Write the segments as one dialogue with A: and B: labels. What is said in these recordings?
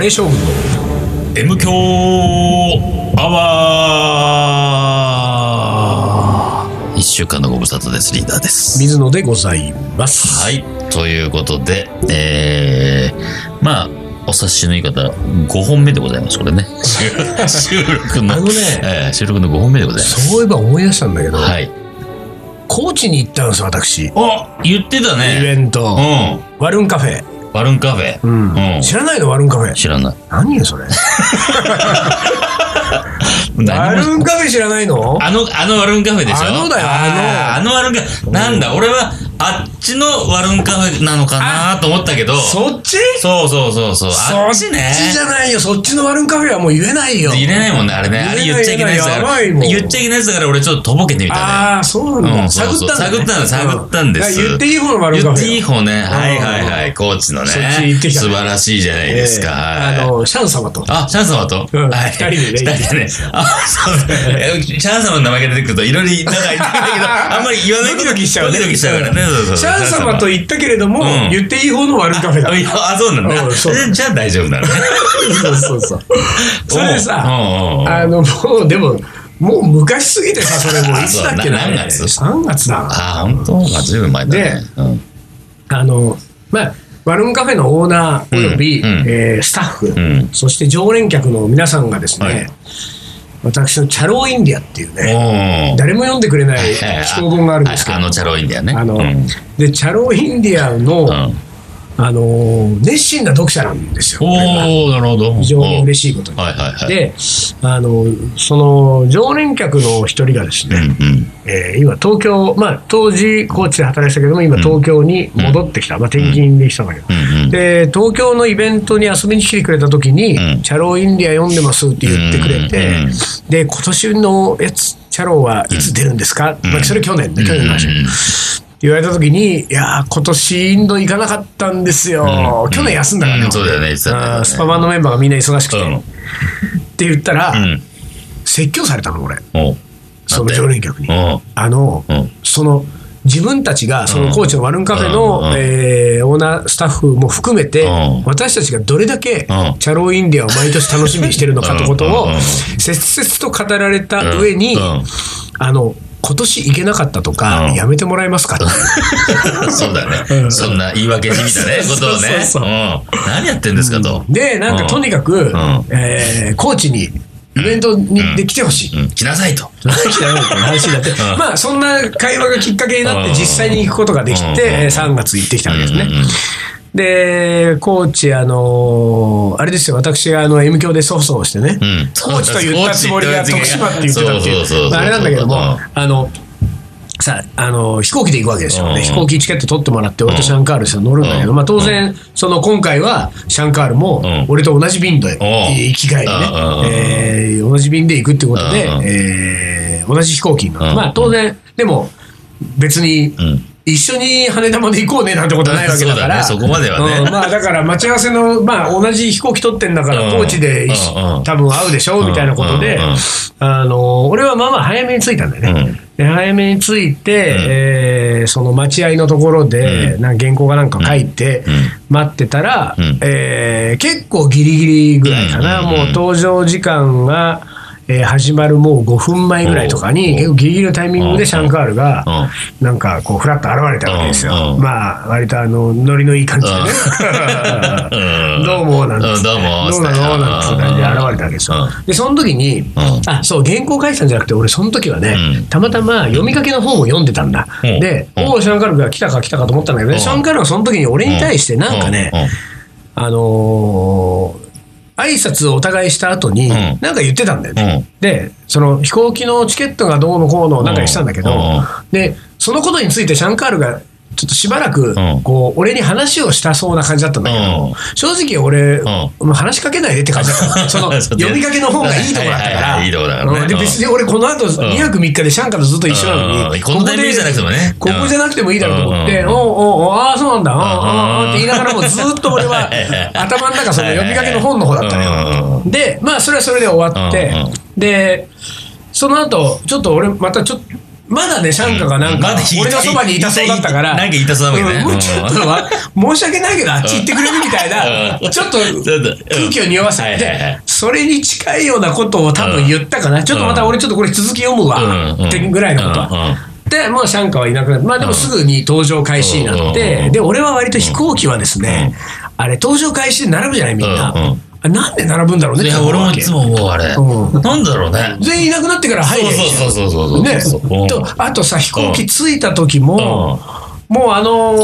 A: ネ将軍の
B: M 強アワー一週間のご無沙汰です、リーダーです。
A: 水野でございます。
B: はい。ということで、えー、まあ、お察しの言い方、5本目でございます、これね。 収録の、
A: あのね
B: えー収録の5本目でございます。
A: そういえば思い出したんだけど、
B: はい。
A: 高知に行ったんです、私。イ
B: あ言ってた
A: ベ
B: ね。
A: ント、
B: う
A: ワルンカフェ。
B: ん。バルーンカフェ。
A: うん
B: うん
A: 知らないのワルンカフェ。
B: 知らない。
A: 何よ、それ。ワ
B: 何も
A: ルンカフェ知らないの
B: あの、あのワルンカフェでしょ
A: あのだよあ
B: あの。あのワルンカフェ。なんだ、俺は、あっちのワルンカフェなのかなと思ったけど。そう
A: そっち
B: そうそうそう。あっちね。
A: そっちじゃないよ。そっちのワルンカフェはもう言えないよ。
B: 入れないもんね、あれね。あれ言っちゃいけないやつだか
A: やば
B: ら。
A: いもん
B: 言っちゃいけないやつだから俺ちょっととぼけてみたね。
A: ああ、そうなんだ。
B: うんそうそう
A: 探ったんだね
B: 探ったんです
A: うん言っていい方のワルンカ
B: 言っ
A: フェ。
B: ていい方ね。はいはいは
A: う
B: い。高知のね。
A: そっち行ってきた
B: 素
A: ね
B: 晴らしいじゃないですか。はい
A: ええあの、シャン様と。
B: あ、シャン様と、
A: うん
B: はい。
A: 二人でね
B: 二人でね。あ、そうえシャン様の名前が出てくると、いろいろ、なんか言ってくるけど、あんまり言わないこと
A: ドキドキしちゃうね
B: ドキドキしちゃうからね。そうそう
A: シャン様と言ったけれども、
B: うん
A: 言っていい方のワルンカフェだ。
B: あいやあ、そうなんだ。
A: うんそう
B: えじゃあ大丈夫なのね。
A: そうそうそう。 それでさ、
B: うんうんうん
A: あの、もう、でも、もう昔すぎてさ、それもういつだっけな。
B: そう何月
A: ?3 月だ。
B: あ、本当まあ、ずいぶん前だね。うん
A: あの、まあ、ワルンカフェのオーナーおよび、
B: うんうん
A: えースタッフ、
B: ん
A: そして常連客の皆さんがですね、
B: はい
A: 私のチャローインディアっていうね、
B: おー
A: 誰も読んでくれない紀行本があるんですけど、
B: あのチャロインだよね。
A: あの、
B: うん
A: で、チャローインディアの、
B: うん
A: あのー熱心な読者なんですよ。
B: おー、なるほど。
A: 非常に
B: し
A: 嬉しいことに。
B: はいはいはい。、
A: で、あのーその常連客の一人がです
B: う
A: ね、
B: んうん。
A: えー今東京、まあ当時高知で働いてたけども、今東京に戻ってきた。まあ転勤できたんだけど。
B: うんうん。
A: で東京のイベントに遊びに来てくれた時に「
B: うん
A: チャローインディア読んでます」って言ってくれて、
B: うんうん
A: で今年のやつチャローはいつ出るんですか、まあ、それ去年ね去年の話、言われた時に「いやー今年インド行かなかったんですよ、
B: うん
A: 去年休んだからね、
B: うんそうだよね言ってたね
A: あースパマンのメンバーがみんな忙しくて、
B: うん
A: って言ったら、
B: うん。
A: 説教されたの俺
B: おう
A: その
B: なんて
A: 常連客に。
B: おう
A: あの、
B: うん
A: その自分たちがそのコーチのワルンカフェの、
B: うん
A: えーオーナースタッフも含めて、
B: うん
A: 私たちがどれだけ、
B: うん
A: チャローインディアを毎年楽しみにしてるのかってことを、
B: うんうん
A: 切々と語られた上に、
B: うんうん
A: あの今年行けなかったとか、
B: うん
A: やめてもらえますかって
B: そうだね、そんな言い訳じみた ね、ことを
A: そ
B: ね。
A: うそうそう
B: うん何やってんですかと。
A: でなんかとにかく、
B: ん
A: えーコーチにイベントに、で来てほしい。
B: うん来なさいと。
A: 来たよって話になって、
B: うん
A: まあそんな会話がきっかけになって
B: うん
A: 実際に行くことができて、
B: うん
A: えー3月行ってきたわけですね。
B: うんうんうん
A: で、高知、あのーあれですよ、私があの M 教でソフソフしてね、
B: うん
A: 高知と言ったつもりが
B: 高知
A: 徳
B: と言
A: 島
B: った
A: って
B: つも
A: 言
B: りが
A: ってたってい
B: そうそうそう
A: う、
B: そう
A: まああれなんだけども、
B: うん
A: あの、さあの飛行機で行くわけですよ、
B: うん
A: ね飛行機チケット取ってもらって俺とシャンカールさん乗るんだけど、
B: うん
A: まあ、当然、その今回はシャンカールも
B: うん
A: 俺と同じ便で行き帰りね、
B: うんうん
A: えー同じ便で行くってことで、
B: うん
A: えー同じ飛行機に乗って、
B: うん
A: まあ当然でも別に
B: うん
A: 一緒に羽田まで行こうねなんてことはないわけだから、
B: そうだねそこまではね
A: うんまあだから待ち合わせの、まあ同じ飛行機取ってんだから、
B: うん
A: 高知で一緒
B: うんうん
A: 多分会うでしょみたいなことで
B: うんうんうん、
A: あの、俺はまあまあ早めに着いたんだよね。で早めに着いて、
B: うん
A: えーその待合のところで、
B: う
A: なんか原稿かなんか書いて
B: うん、
A: 待ってたら
B: うん、
A: えー結構ギリギリぐらいかな、
B: うんうんうん
A: もう登場時間が、えー始まるもう5分前ぐらいとかに、
B: おう
A: 結構ギリギリのタイミング
B: う
A: で
B: ん
A: シャンカールが
B: う、ん
A: なんかこうフラッと現れたわけですよ。
B: うん
A: まあ割とあのノリのいい感じでね。
B: うん
A: どうもなんです、
B: うんどうも
A: どうもなんですって感じで現れたわけですよ。
B: う
A: でその時に、あそう原稿書いてたんじゃなくて俺その時はね、
B: うん
A: たまたま読みかけの本を読んでたんだ。
B: うん
A: で、
B: うん
A: おおシャンカールが来たか来たかと思ったんだけど、ね
B: うん
A: シャンカールがその時に俺に対してなんかね、
B: うんうん
A: あのー挨拶をお互いした後に、
B: ん
A: なんか言ってたんだよね。
B: うん
A: で、その飛行機のチケットがどうのこうのなんかしたんだけど、
B: うんうん
A: で、そのことについてシャンカールが、ちょっとしばらく
B: うん、
A: こう、俺に話をしたそうな感じだったんだけど、
B: うん
A: 正直俺、
B: ん
A: もう話しかけないでって感じだっ た。その、
B: そう
A: 呼びかけの方がいいとこだったか
B: はいはいは
A: ら。
B: いいいとこだからね
A: うんで、
B: うん
A: 別に俺この後、2泊3日でシャンカールとずっと一緒なの
B: う
A: に、
B: んこのタイミングじゃなくてもね
A: ここじゃなくてもいいだろうと思って、
B: う
A: お
B: ん
A: うおうおうああ、そうなんだ、ああ、ああ、
B: うん
A: って言いながらもずっと俺は
B: はいはいはい、
A: 頭の中、その呼びかけの本の方だったの
B: はいはいは
A: よ。で、まあ、それはそれで終わって
B: うんうん、
A: で、その後、ちょっと俺、またちょっと、まだね、シャンカがなん
B: ま
A: か
B: だ言い、
A: 俺のそばにいたそうだったから、
B: なんかいたそうだもんね
A: うんもうちょっとは、申し訳ないけど、あっち行ってくれるみたい
B: うん
A: な、ちょ っと
B: ょっとうん
A: 空気を匂わせ
B: はいはいはい
A: て、それに近いようなことを多分言ったかな、ちょっとまた俺、ちょっとこれ続き読むわ、
B: うん
A: ってぐらいのことは。で、もうシャンカはいなくなって、まあでもすぐに登場開始になっ
B: うんう
A: て
B: ん、
A: で、俺は割と飛行機はですね、あれ、登場開始で並ぶじゃない、みんな。
B: うんうん
A: あなんで並ぶんだろう
B: うん
A: ね、
B: い
A: 多
B: や
A: 分
B: 俺もいつも思うあれ、
A: う
B: なんだろうね
A: 全員いなくなってから入ればいいじゃん
B: そうそうそうそうそう
A: ね
B: うん
A: とあとさ飛行機着いた時も、もうあの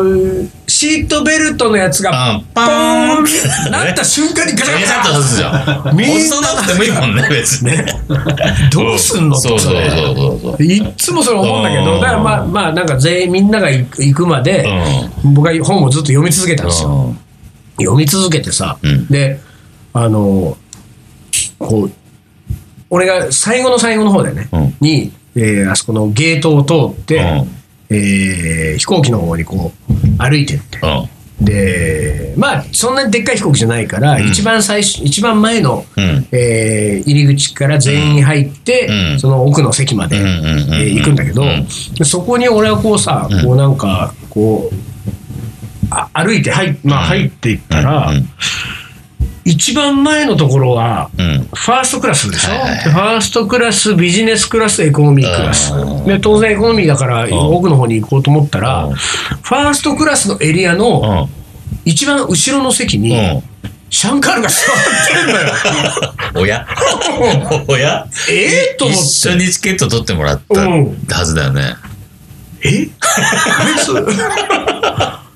A: ーシートベルトのやつ
B: う
A: が
B: ん
A: ポーン
B: パ
A: ってなった瞬間にガチャ
B: ガチャ
A: ガチ
B: ッと
A: ャ
B: 外すじゃん。
A: みんな
B: 押さなくてもいいもんね、別に。
A: どうすんのって
B: そうそうそうそうそう。
A: いっつもそれ思うんだけ
B: う
A: ど
B: ん
A: だからまあまあなんか全員みんなが行く行くまで、僕は本をずっと読み続けたんですよ、
B: うん
A: 読み続けてさ、
B: うん
A: であのこう俺が最後の最後の方だよね、
B: うん
A: に、えーあそこのゲートを通って、えー飛行機の方にこう歩いてって
B: うん
A: でまあそんなにでっかい飛行機じゃないから、
B: ん
A: 一番最初一番前の、
B: うん
A: えー入り口から全員入って、
B: うん
A: その奥の席まで、
B: うんうんうんうん
A: えー行くんだけど、
B: うん
A: でそこに俺はこうさ、
B: うん
A: こうなんかこうあ歩いて入,、まあ、
B: うん
A: 入っていったら、
B: うん
A: 一番前のところは
B: うん
A: ファーストクラスでしょ、
B: はいはいはい
A: でファーストクラスビジネスクラスエコノミークラス
B: うん
A: で当然エコノミーだから
B: ん
A: 奥の方に行こうと思ったら、
B: うん
A: ファーストクラスのエリア
B: う
A: の
B: ん
A: 一番後ろの席に、
B: う
A: シャンカールが座ってんだよ
B: んおや おや
A: えーと思っ
B: 一
A: て
B: 緒にチケット取ってもらったはずだよね。
A: ええ それ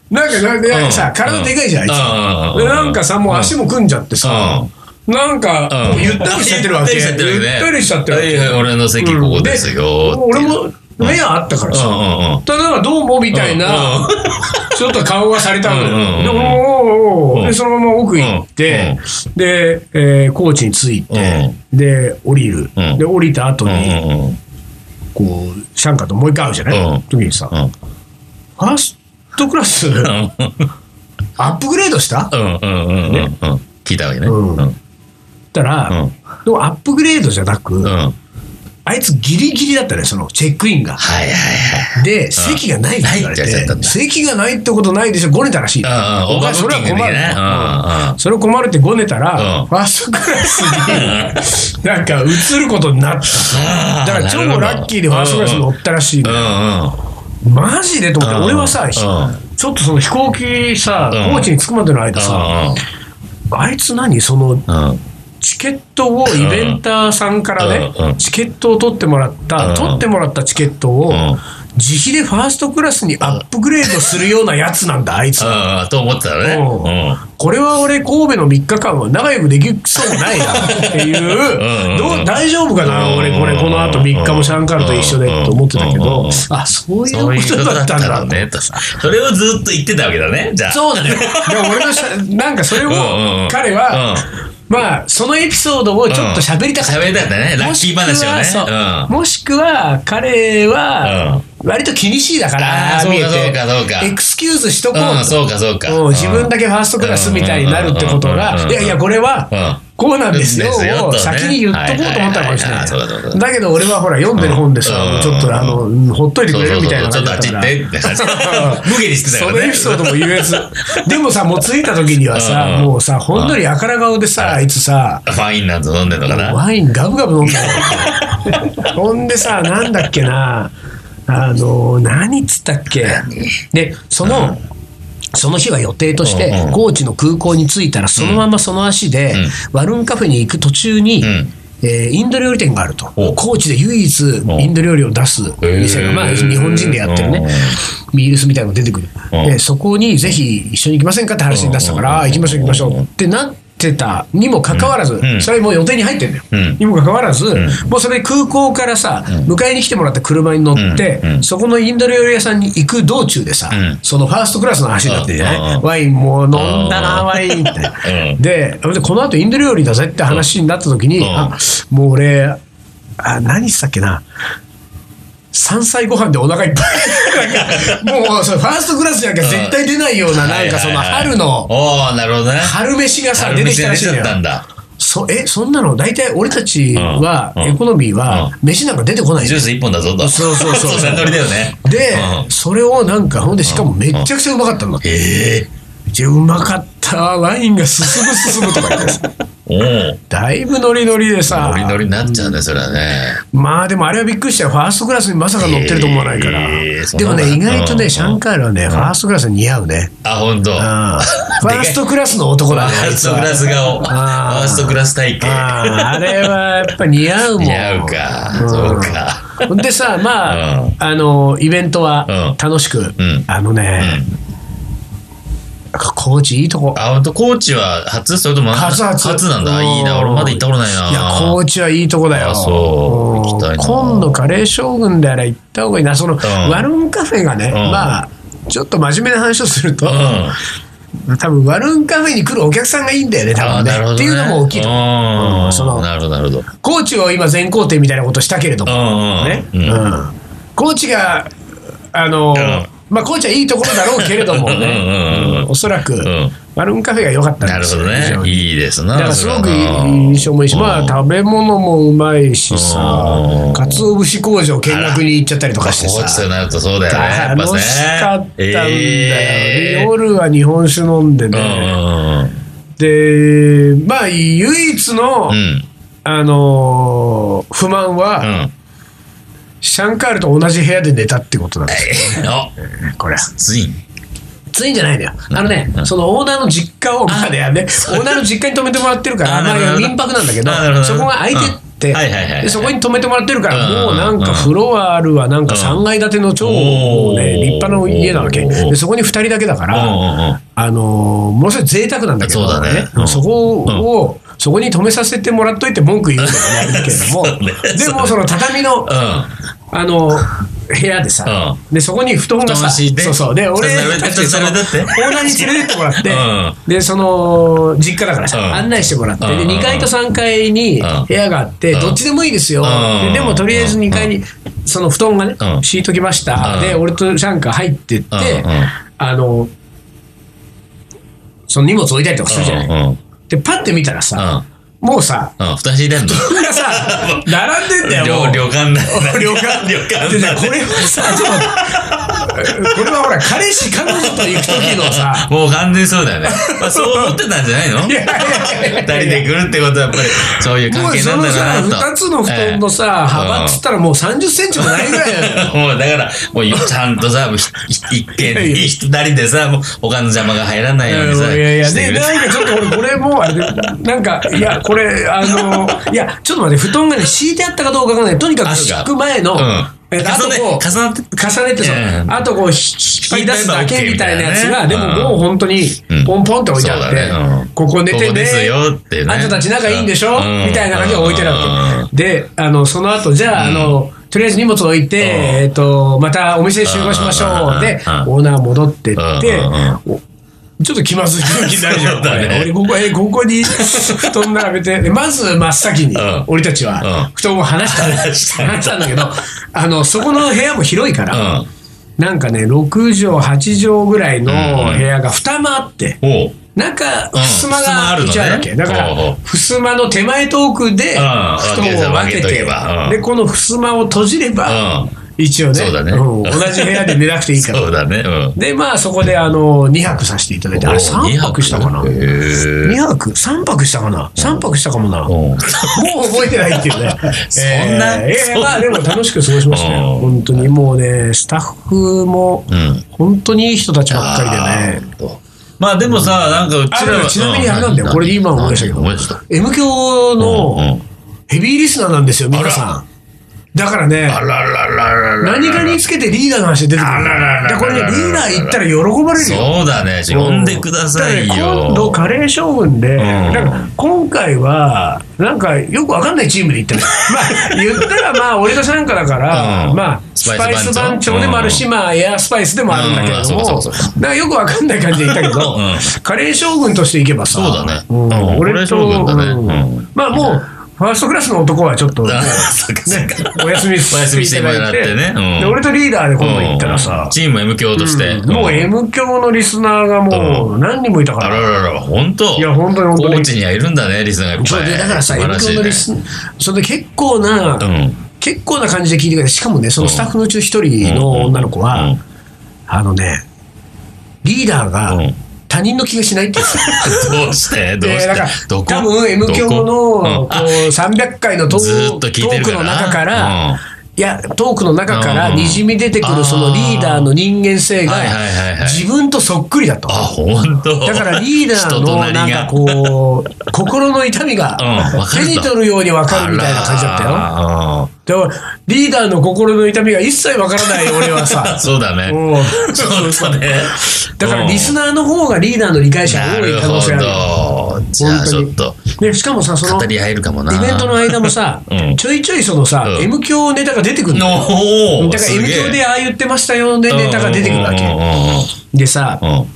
A: なんかなんかさ、体でかいじゃんあいつ、
B: うん
A: でなんかさもう足も組んじゃってさ、なんか、もうゆったりしちゃってるわけ
B: ゆったりしちゃってるわけね
A: ゆったりしちゃってるわけ、
B: はいはい俺の席ここですよって。
A: 俺も目はあったから
B: うん
A: さ、
B: うんうん。
A: ただなんかどうもみたいな、
B: うんうん
A: ちょっと顔がされたの
B: うんうん
A: よ。で、おーおーおー
B: うん
A: で、そのまま奥行って、で、えー高知に着いて、で、降りる
B: うん。
A: で、降りた後
B: うん
A: に、
B: うんうん
A: こう、シャンカともう一回会うじゃな
B: うん
A: い時にさ、
B: うん
A: ファーストクラス、アップグレードした
B: うんうんうんうんうんうん聞いたわけね。
A: うん
B: うん
A: ったら、でもアップグレードじゃなく、
B: うん
A: あいつギリギリだったね、そのチェックインが。
B: はいはいはい。
A: で、席がないって言われ
B: ないって言われちゃったん
A: て、
B: だ
A: 席がないってことないでしょ、ごねたらしい。
B: うんうん
A: お前それは困
B: オーバーブッキングで
A: る
B: ねうんうん
A: それを困るってごねたら、
B: うん
A: ファーストクラス に、なんか映ることになった。だから超ラッキーでファーストクラスに乗ったらしい
B: う
A: の
B: んう
A: よ
B: んうん
A: マジでと思っ
B: うん
A: て、俺はさ、
B: うん
A: ちょっとその飛行機さ、
B: うん
A: 高知に着くまでの間さ、あいつ何その
B: うんうん
A: チケットをイベンターさんからね、
B: うんうん
A: チケットを取ってもらった、
B: うん
A: 取ってもらったチケットを、
B: ん
A: 自費でファーストクラスにアップグレードするようなやつなんだ、あいつ。
B: うんと思ってたらね。
A: うん
B: う
A: これは俺、神戸の3日間は仲良くできそうもないなってい
B: うんうん
A: う、どう大丈夫かな、
B: うん
A: 俺、これ、この後3日もシャンカールと一緒でと思ってたけ
B: うんうん
A: ど
B: うん、
A: あ、そうんい
B: そういう
A: うこ
B: こと
A: と
B: だ
A: だ
B: っ
A: ったた
B: の
A: んだ。
B: ねとさそれをずっと言ってたわけだねじゃあ
A: そうだね。でも俺のしゃ、なんかそれを
B: うんうんうん、
A: 彼は、まあ、そのエピソードをちょっと喋りたかった
B: 喋りたかったねラッキー話を
A: も
B: ね
A: しくはそ
B: う
A: うんもしくは彼は割と気にしいだか
B: あー
A: ら、
B: そうか
A: 見えて
B: そうかそうか
A: エクスキューズしとこう
B: うん、
A: と
B: そうかそうか、
A: うん自分だけファーストクラスみたいになるってこと
B: うんうんうんうん
A: がいやいやこれは
B: う
A: こうなんですよ
B: ですよ
A: を
B: とね
A: 先に言っとこうと思ったのかもしれ
B: はい
A: ない
B: はいはいは
A: い
B: そうだそうだ
A: だけど俺はほら読んでる本でさ
B: うん
A: もうちょっとあのうんほっといてく
B: そう
A: れ
B: そう
A: るみ
B: そう
A: たいな
B: ちょ
A: 感
B: っ
A: じ
B: とあ
A: だ
B: っ
A: っ
B: ち
A: た
B: 行
A: から
B: ってって感じ無下にしてたか
A: そ
B: ら
A: の
B: ね
A: エピソードも言えずでもさもう着いた時には
B: う
A: さ
B: んうん
A: もうさほんのりあから顔でさあいつさ
B: ファインなんぞ飲んでんのかな
A: ワインガブガブ飲んだ よほんでさなんだっけなあの何っつったっけでその、その日は予定として、
B: うんうん
A: 高知の空港に着いたらそのままその足で、ワルーンカフェに行く途中に、
B: ん
A: えーインド料理店があると
B: お
A: 高知で唯一インド料理を出す店が、
B: へー
A: まあ、日本人でやってる
B: うんう
A: ね
B: ん
A: ミールスみたいなのが出てくる、
B: うん
A: でそこにぜひ一緒に行きませんかって話に出したから、
B: うん
A: あー行きましょう行きましょうってなってたにもかかわらず、
B: ん
A: それはもう予定に入ってるんだよ、
B: うん
A: にもかかわらず、もうそれ空港からさ、迎えに来てもらった車に乗って、
B: うんうん
A: そこのインド料理屋さんに行く道中でさ、
B: うん
A: そのファーストクラスの話になってるじゃない、
B: うん
A: ワインもう飲んだな、
B: うん
A: ワインみたいな。
B: うん
A: で、でこの後インド料理だぜって話になった時に、
B: うん
A: あもう俺、あ何したっけな。山菜ご飯でお腹いっぱい なんかもうそれファーストクラスじゃなきゃ絶対出ないようななんかその春の
B: おおーなるほどね
A: 春飯がさ出
B: 春
A: てき
B: 飯
A: た
B: が
A: ら
B: 出
A: しい
B: ち
A: の
B: ゃ
A: よ
B: ったんだ
A: そえそんなの大体俺たちは、
B: うんうん
A: エコノミーは、飯なんか出てこない
B: ジュース一本だぞと。
A: そうそうそう
B: そんなノリだよね。
A: で、
B: うん
A: それをなんかほんでしかもめっちゃくちゃうまかったんだって
B: ええ
A: でうまかったワインが進む進むとか言って さ
B: おお。
A: だいぶノリノリでさ
B: ノリノリになっちゃうね、それはね。
A: まあでもあれはびっくりしたよファーストクラスにまさか乗ってると思わないから、
B: えー
A: でもね
B: そう
A: 意
B: なん
A: 外
B: だ
A: と
B: う
A: ね
B: ん
A: シャンカールはね、ファーストクラスに似合うね、
B: あ、本当。フ
A: うん、
B: ァ
A: ファーストクラスの男だねあ
B: ー
A: い
B: ス
A: つ
B: ト
A: は
B: クラス顔。フ
A: あー
B: ァーストクラス体型。
A: あーあれはやっぱ似合うもん
B: 似合うか。
A: ん
B: そうか。
A: ほんでさまあ、
B: うん
A: あのイベント
B: う
A: は
B: ん
A: 楽しく、
B: ん
A: あのね、なんかコーチいいとこ
B: あ、本当コーチは初それとも
A: 初初
B: なんだ。
A: うん
B: いいな。俺まだ行ったことないな。
A: いや高知はいいとこだよ
B: あそう行きたいな
A: 今度カレー将軍であれ行った方がいいなその、
B: ん
A: ワルンカフェがね、まあちょっと真面目な話をすると、
B: うん。
A: 多分ワルンカフェに来るお客さんがいいんだよね多
B: あー
A: 分
B: なるほ
A: ね
B: どね。
A: っていうのも大きいと思う
B: う。
A: うんんその
B: なるほど、なるほど。
A: 高知を今全肯定みたいなことしたけれども、ね、
B: う
A: うん
B: うんうん。
A: ん、コーチがあの、
B: ん
A: まあコーチはいいところだろうけれどもね
B: うんうんうん
A: うんおそらく、
B: ん
A: ワルンカフェが良かった
B: なん
A: で
B: る
A: す
B: ほ
A: よ
B: ど
A: 非常
B: ね。
A: に
B: いいですな。
A: だからすごくいい
B: それはな
A: 印象もいいし、ま
B: う
A: あ
B: ん
A: 食べ物もうまいし
B: う
A: さ
B: ん、
A: 鰹節工場見学に行っちゃったりとかして
B: 高知と
A: さ。
B: なるとそうだよね。やっぱね
A: 楽しかったんだよ、
B: えー
A: 夜は日本酒飲んで
B: う
A: ね、
B: ん
A: でまあ唯一の、
B: うんうん。
A: あのー不満
B: う
A: は、
B: ん。うん。
A: シャンカールと同じ部屋で寝たってことなんですよ
B: あ、
A: ねこれ
B: ついに。
A: ついんじゃないのよあのね、そのオーナーの実家をまあねあのねオーナーの実家に泊めてもらってるから
B: あ
A: ま
B: なるほ
A: あ
B: ど
A: 民泊なんだけ
B: あなるほ
A: ど
B: ど
A: そこが空いてって、
B: うんはいはいはい
A: でそこに泊めてもらってるから、
B: うん
A: もうなん
B: う
A: か
B: ん
A: フロアあるわなんか3階建ての超、
B: うん
A: もうね立派な家なわけ
B: おー
A: でそこに2人だけだか
B: うん
A: ら、あのーものすごい贅沢なんだけど
B: そうだねうん
A: そこを、そこに泊めさせてもらっといて文句言うのもないけれども、
B: そうね
A: でもその畳のあの部屋でさ、でそこに布団が
B: 布団
A: さ、
B: 敷いて
A: そうそうで俺
B: 布団
A: たちそのオ
B: 布団敷い
A: ー
B: て
A: ナーに連れてってもらって、
B: う
A: でその実家だからさ、
B: うん
A: 案内してもらって、
B: うん
A: で2階と3階に
B: うん
A: 部屋があって、
B: うん
A: どっちでもいいですよ、
B: うん
A: ででもとりあえず2階に、その布団がね、
B: うん
A: 敷いときました、
B: うん
A: で俺とシャンカ入ってって、
B: うんうん
A: あのその荷物置いたりとかするじゃない、
B: うんうんうん
A: でパッて見たらさ、もうさ
B: うん。二人いたんだ。
A: 布団 がさ並んでんだよも
B: 旅
A: う
B: 旅館だ。
A: 旅館
B: 旅館
A: でさ
B: だ。
A: これはさちょっ と待ってこれはほら彼氏彼女と行く時のさ
B: もう完全にそうだよね。まあそう思ってたんじゃないの
A: いやいやいや
B: 二人で来るってことはやっぱりそういう
A: も
B: 関
A: う
B: 係
A: そ
B: なん
A: の
B: だ
A: さ
B: なと。
A: 2つの布団のさ幅っつったらもう3 0センチもないぐらいな のよ
B: もうだから、もうちゃんとさ、ひ一軒に一人でさ、もう他の邪魔が入らないように
A: い
B: さ、
A: やいや
B: して
A: で
B: くれて。
A: なんかちょっと俺これもうあれでなんかいやこれあ のいやちょっと待って布団がね敷いてあったかどうかわかんないとにかく敷く前の、
B: うん
A: えあと
B: 重ね
A: こう
B: 重なって
A: 重ねてそう、
B: うん
A: あとこう引き出すだけみたいなやつが、
B: 引っ張
A: で
B: れば OK みたいなね
A: ももう本当に
B: うん
A: ポンポンって置いてあって、
B: そうだねうん
A: ここ寝て
B: ここ
A: ね
B: ですよってね
A: あんたたち仲いいんでしょ、
B: うん
A: みたいな感じで置いてるわ
B: う
A: けであのその後じゃあ,、あのとりあえず荷物置いて、
B: うん
A: えっとまたお店で集合しましょうで、
B: うん
A: オーナー戻ってって、
B: うん
A: おちょっと気まずい空気になるじゃん、
B: そうだね
A: これ俺ここえここ に布団並べてでまず真っ先に、
B: うん
A: 俺たちは、
B: うん
A: 布団を離した
B: 離した
A: 話したんだけど、あの、そこの部屋も広いから、
B: うん
A: なんかね、6畳、8畳ぐらいの部屋が2間あって、
B: おう
A: 中、
B: うん
A: 襖
B: 襖あ
A: が
B: るのね
A: 一応あるわけ。だか
B: ほうほ
A: ら
B: う、
A: 襖の手前と奥で、布団を分け
B: 分けと
A: て
B: けばうん、
A: で、この襖を閉じれば
B: うん、
A: 一応ね
B: そうだね
A: うん同じ部屋で寝なくていいから。
B: そうだね。うん。
A: で、まあ、そこで、あの、2泊させていただいて、あれ、3泊したかな
B: へー
A: ?2 泊 ?3 泊したかな ?3 泊したかもな。
B: うん
A: もう覚えてないっていうね。
B: そんな
A: えーえー
B: そんな
A: まあでも楽しく過ごしましたよ。
B: うん
A: 本当にもうね、スタッフも
B: ん
A: 本当にいい人たちばっかりでね。
B: あー。まあでもさ、なんかう
A: あ
B: ちらは。
A: ちなみにあれなんだよ、
B: う
A: これ今思い出したけど
B: 思い出した、
A: M 教
B: うんう
A: の
B: ん
A: ヘビーリスナーなんですよ、皆さん。だからね、
B: あらららららら。
A: 何かにつけてリーダーの話出てくるんだよ
B: あらららら
A: でこれね、リーダー行ったら喜ばれるよ。
B: そうだね。呼んでくださいよ。
A: だから今度カレー将軍で、
B: ん
A: なんか今回はなんかよくわかんないチームで行った のまあ言ったらまあ俺とシャンカだから、
B: うん
A: まあ
B: ス
A: ス
B: パ
A: パ
B: イ
A: イ
B: ス番長
A: ス番長でもあるし、まあエアスパイスでもあるんだけれど
B: うん
A: も、
B: うんそうそうそ
A: なんかよくわかんない感じで行ったけど、
B: うん
A: カレー将軍として行けばさ
B: そうだね
A: ん
B: うん
A: 俺と、
B: カレー将軍だね
A: うん
B: うん
A: まあもうファーストクラスの男はちょっともう、ね
B: あ、そっかそっか。
A: お休み
B: お休みしてもらってねうん
A: で俺とリーダーで今度行ったら
B: うん
A: さ、
B: チーム M 教として。
A: うんもう M 教のリスナーがもう何人もいたか
B: あ
A: ら。
B: らららら、本当
A: いや本当に本当に
B: 高知にはいるんだね、リスナーがいっ
A: それ
B: ぱ
A: で
B: い。
A: だからさ、
B: 素
A: M
B: 晴らし
A: 教
B: い
A: のリス、それで結構な、
B: ね
A: 結構な感じで聞いてくれて、しかもね、そのスタッフのうち一人の女の子は、
B: うん
A: あのね、リーダー
B: う
A: が
B: ん
A: 他人の気がしないって言ってた。
B: うん。 どうしてどう
A: で
B: し
A: なんか
B: てどこ
A: 多分 M 教のこ
B: どこ
A: う
B: うんあ
A: 300回のト
B: ず
A: ー
B: ーっと
A: ト
B: 聞いて
A: ー
B: る
A: ク
B: から
A: の中から、
B: うん
A: いやトークの中から
B: うん
A: にじみ出てくるそのリーダーの人間性が
B: はいはいはいはい
A: 自分とそっくりだと
B: あ、。本当
A: だからリーダー
B: 人と
A: の
B: りが
A: なんかこ う心の痛みが
B: うんわかる
A: 手
B: と
A: に取るように分かるみたいな感じだったよ。
B: よ。
A: でもリーダーの心の痛みが一切分から ない俺は
B: あ
A: さ。
B: そうだね。
A: もう
B: そうだね。
A: だからリスナーの方がリーダーの理解者が多い可能性あるよ。
B: なるほど。じゃあちょっと、
A: ね、しかもさその
B: 語り合えるかもな。
A: イベントの間もさ、
B: うん
A: ちょいちょいそのさ、
B: うん
A: M 教ネタが出てくるの。
B: の、
A: だから
B: す
A: M
B: げえ
A: 教でああ言ってましたよね、ネタが出てくるわ
B: うんうん
A: け。でさ、
B: うんうんうん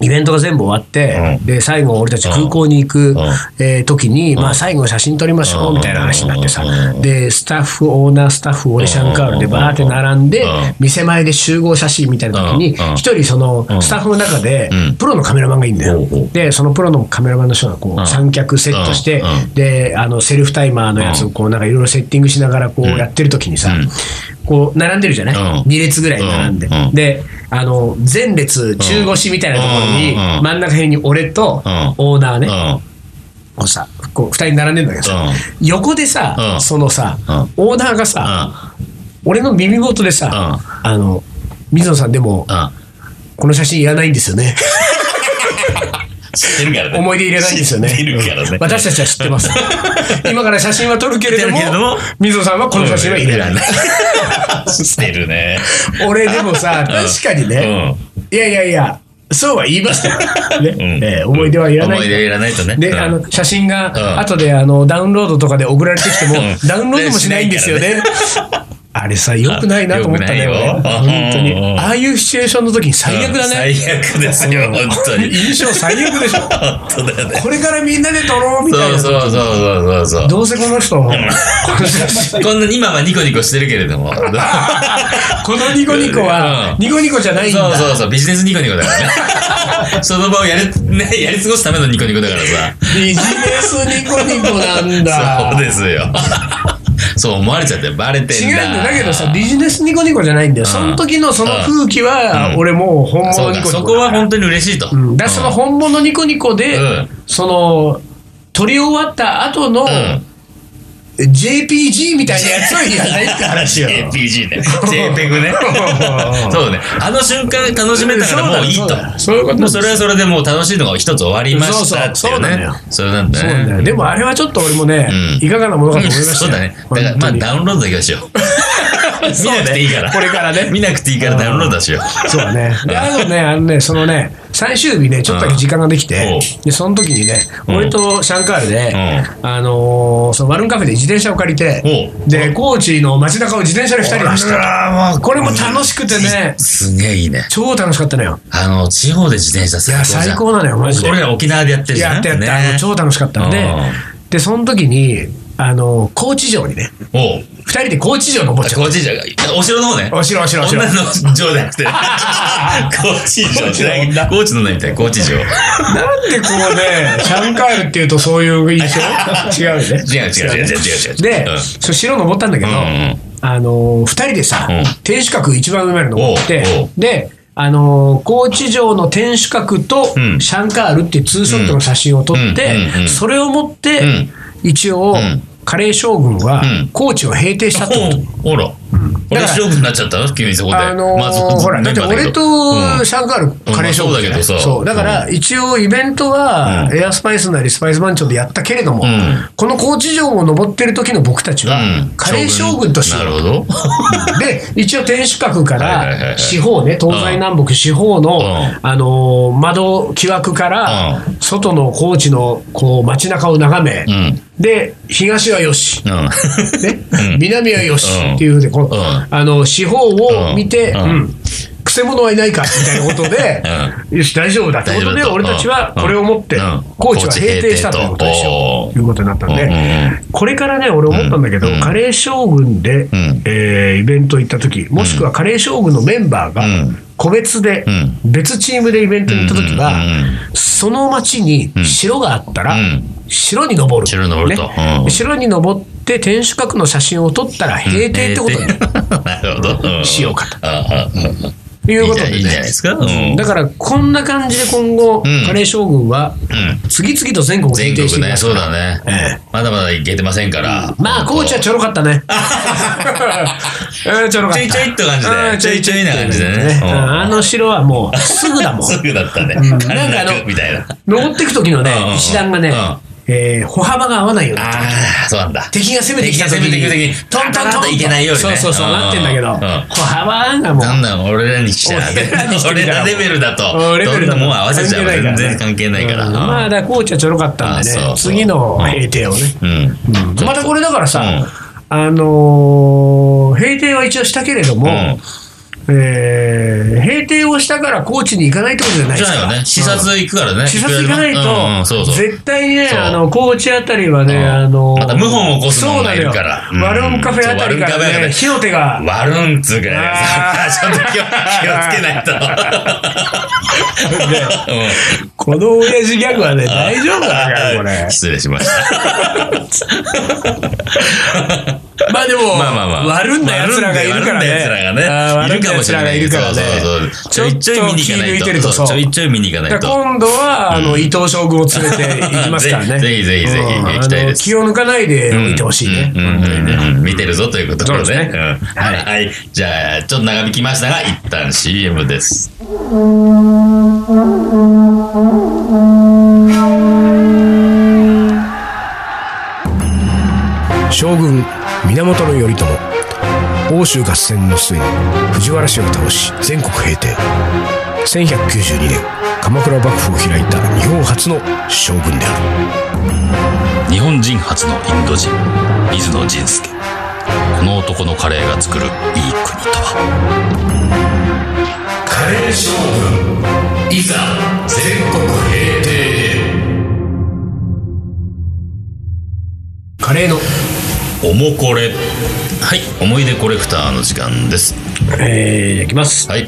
A: イベントが全部終わって、
B: うん
A: で、最後俺たち空港に行く、
B: ん
A: えー時に、まあ最後写真撮りましょうみたいな話になってさ
B: うん、
A: で、スタッフ、オーナースタッフ、俺シャンカールでバーって並んで
B: うん、
A: 店前で集合写真みたいな時に
B: うん、
A: 一人その
B: ん
A: スタッフの中で
B: うん、
A: プロのカメラマンがいいんだよ
B: うん。
A: で、そのプロのカメラマンの人がこ
B: うん
A: う三脚セットして
B: うんう、
A: で、あの、セルフタイマーのやつをこうなんかいろいろセッティングしながらこうやってる時にさ
B: うん、
A: こう並んでるじゃない
B: うん
A: ?2 列ぐらい並んで
B: うんうん。
A: で、あの、前列中腰みたいなところに、
B: うんうん
A: 真ん中辺に俺と
B: うん
A: オーナーね、
B: うん
A: こうさ、こう二人並んでんだけどさ、横でさ、
B: うん
A: そのさ、
B: う
A: オーナーがさ、俺の耳元でさ、あの、水野さんでも、
B: うんうん
A: この写真いらないんですよ ね。
B: 知ってるからね。
A: 思い出いらないんですよね。
B: 知ってるからね。
A: 私たちは知って ます。今から写真は撮るけれども
B: 撮るけれども、
A: 水野さんはこの写真はいらない。
B: 知ってるね。
A: 俺でもさ、確かにね、いやいやいや、そうは言いました よ。ね
B: うん
A: えー思い出はいらない。
B: 思い出いらないとね。
A: で、
B: うん
A: あの写真
B: うん
A: が後であのダウンロードとかで送られてきても
B: うん
A: ダウンロードもしないんですよね。 あれさ、良くないなと思ったね、
B: 良くないよ
A: 俺本当
B: うんうんう
A: に。
B: ん
A: ああいうシチュエーションの時に最悪だね。
B: 最悪ですよ、本当に。
A: 印象最悪でしょ。
B: 本当だよね。
A: これからみんなで撮ろうみたい
B: そ
A: な。
B: うそうそうそうそうそう。
A: どうせこの人、 この写真
B: こんなに今はニコニコしてるけれども。そう
A: このニコニコは
B: う、ん
A: ニコニコじゃないんだ。
B: そうそう、ビジネスニコニコだか らね。その場をやる、ね、やり過ごすためのニコニコだからさ。
A: ビジネスニコニコなんだ。
B: そうです よ。そう思われちゃって、バレてんだ。
A: 違うんだだけどさビジネスニコニコじゃないんだよその時のその空気
B: う
A: は
B: ん
A: 俺もう本
B: そ
A: 物
B: う
A: ニ
B: か、
A: コニコ
B: そこは本当に嬉しいと。
A: うんだからその本物ニコニコで、
B: うん
A: その撮り終わった後の、
B: うん
A: JPG みたいなやつはいらないって話 よ
B: JPG ね。JPEG ね。
A: うん
B: そうね。あの瞬間楽しめたからもういい
A: そう
B: と
A: だ。そういうことなん
B: も
A: です
B: うそれはそれでもう楽しいのが一つ終わりましたっていうね。そうなんだ
A: そうなんだよ
B: ね。
A: でもあれはちょっと俺もね、
B: うん
A: いかがなものかと思いました
B: そう
A: よ
B: だね。だか
A: 本
B: らまあ
A: 当に
B: ダウンロードだけはしよう。 見なくていいから。
A: これからね
B: 見なくていいからダウンロードだしよう。
A: そうだね。で、あとね、あのね、そのね、最終日ね、ちょっとだけ時間ができ
B: うんお
A: て
B: う、
A: で、その時にね、
B: うん
A: 俺とシャンカールで、あのー、そのワルンカフェで自転車を借りて
B: お、う
A: で、高知の街中を自転車で2人で走ったの。これも楽しくてね
B: すげえいいね。
A: 超楽しかったのよ。
B: あの、地方で自転車最高じゃん
A: いや最高なのよマジで
B: 俺ら沖縄でやってるじゃん。
A: やったやった、あの
B: ね
A: 超楽しかったので
B: うん、
A: で、その時に、あのー、高知城にね、
B: おう。
A: 2人で高知城登っちゃっ
B: 高知城が、お城の方ね。
A: た。お城お城お城
B: 女。の城じゃなく て。高知城じゃない。高知の何みたいな、高知城。
A: なんでこうね、シャンカールっていうとそういう印 象違うよね。
B: 違う違う違う違う違う違う。
A: で、
B: うん
A: そう城登ったんだけど、
B: うんうん
A: あのー、2人でさ、
B: うん
A: 天守閣一番上まで登っ
B: おうお
A: て
B: う、
A: で、あのー高知城の天守閣と
B: うん
A: シャンカールっていうツーショットの写真を撮って
B: うんうんうんう、ん
A: それを持って、
B: ん
A: 一応、
B: ん
A: カレー将軍は
B: うん
A: 高知を平定したってこと。
B: ほら。俺白くなっちゃったの急にそこで。
A: あのーほら、だって俺とシャンカール、カレー将軍じゃない
B: まあそうだけどさ
A: そう。だから、一応イベントは
B: う、ん
A: エアスパイスなりスパイス番長でやったけれども
B: ん、
A: この高知城を登ってる時の僕たちは、カレー将軍として
B: なるほど。
A: で、一応天守閣か
B: はいはいはいは
A: ら、
B: い
A: 四方ね、東西南北四方の、
B: ん
A: あのー窓、木枠から
B: う、
A: 外の高知の、こう、街中を眺め、
B: うん。
A: で、東はよし、
B: うん。
A: ね
B: うん
A: 南はよし、
B: うん
A: っていうふうで、こう
B: うん
A: あの、四方を見て、う
B: う
A: んん
B: うん
A: 草せ者はいないかみたいなことで、 よし、大丈夫だってこと
B: 大
A: で、
B: 丈夫だと
A: 俺たちはこれをもって
B: うん、
A: 高知は平定したということでしょ
B: うん
A: う。いうことになったん
B: うんうん
A: で、これからね、俺思ったんだけど
B: うん、
A: カレー将軍で
B: ん、
A: えーイベント行った時、もしくはカレー将軍のメンバーが
B: うん、
A: 個別で
B: うん、
A: 別チームでイベントに行った時は
B: うんうんうん、
A: その町に城があったら
B: うん、
A: 城に登る。
B: 城に登ると
A: ね
B: うん
A: 城に登って天守閣の写真を撮ったら平定ってことになる。
B: なるほど。
A: しようかと
B: ああ。ああ
A: ということで
B: いいんじゃいいんじゃない
A: ね
B: で。すか。うん
A: だからこんな感じで今後、
B: うん
A: カレー将軍は
B: うん
A: 次々と全国に
B: 全
A: 移転して
B: 国
A: いきま
B: ね、
A: す
B: そ
A: か
B: う
A: ら
B: だね。
A: え
B: まだまだいけてませんから。
A: まあコーチはちょろかったね うんちょろかった
B: ちょいちょいっと感じで
A: うん
B: ちょいちょいな感じでね
A: うん
B: うん
A: あの城はもうすぐだもん
B: すぐだったね。
A: ん
B: 軽
A: なんかあの
B: くみたいな。あ
A: 登っていく時の
B: うんうんう
A: ね
B: ん
A: 石段がね
B: うん
A: えー歩幅が合わないようになってる
B: あー、そうなんだ。
A: 敵が攻めてきた時
B: 敵が攻めてくる時に
A: トントントン
B: あ
A: と
B: ーいけないように
A: そう
B: ね
A: そうそう
B: うん
A: なってんだけど
B: うん
A: 歩幅がもう
B: なんだろう俺らにしちゃ
A: 俺らにしてみ
B: 俺
A: たら
B: らレベルだ
A: う
B: と
A: んレベ
B: ど
A: ル
B: ん
A: だ
B: な
A: と
B: もん合わせちゃう
A: 関係ないから
B: 全
A: ね
B: 然関係ないから
A: うんまあだからコーチはちょろかったんで
B: あそ
A: ね
B: うそう
A: 次の平定をね
B: うん
A: うんまたこれだからさ、
B: うん
A: あのー閉店は一応したけれども、
B: うん
A: えー閉店をしたから高知に行かないってことじゃない
B: じ
A: で
B: ゃ
A: す
B: あ
A: か。
B: よね視察行くからね
A: 視察行かないと、
B: うんうんそうそう
A: 絶対にね、
B: そう
A: あの、高知あたりはね、
B: うん
A: あのー、
B: また謀反を起こす者がいるから
A: そうなのよワ
B: うん
A: ルンカフェあたりか
B: そうワルンカフェあ
A: ら
B: た
A: ね、
B: り
A: 火の手が、
B: 割るんつうかね
A: あー
B: さ ちょっと気を気をつけないと うん。
A: この親父ギャグはね、大丈夫だから、これ
B: 失礼し ました
A: まあでも、
B: まあまあまあ
A: 割るんだ奴らがいるからね。あー割
B: 割るんだ奴らがねいる
A: んだ
B: かも
A: 奴
B: しれ
A: らがい
B: ない
A: るからね。
B: そうそう
A: ち
B: ち
A: ょ
B: ょ
A: っと
B: いちょい見に行かない
A: 気抜いてる
B: と
A: と
B: そう
A: そう
B: ちょいちょい見に行かない
A: だから
B: と
A: 今度は、あの、伊藤将軍を連れて行きますからね。
B: ぜひぜひぜひ
A: うん
B: 行きたいで
A: あ
B: す
A: の気を抜かないで見てほしいね。
B: うんうんうんうん見てるぞということで
A: そうです
B: ね。
A: ね
B: うんはい、じゃあ、ちょっと長引きましたが、一旦 CM です。
A: 将軍、源頼朝。欧州合戦の末に藤原氏を倒し全国平定1192年鎌倉幕府を開いた日本初の将軍である
B: 日本人初のインド人、水野仁介。この男のカレーが作るいい国とは。
A: カレー将
B: いざ、全国平定
A: 軍カレーの
B: おもこれ。はい、思い出コレクターの時間です。
A: えー、いきます
B: はい。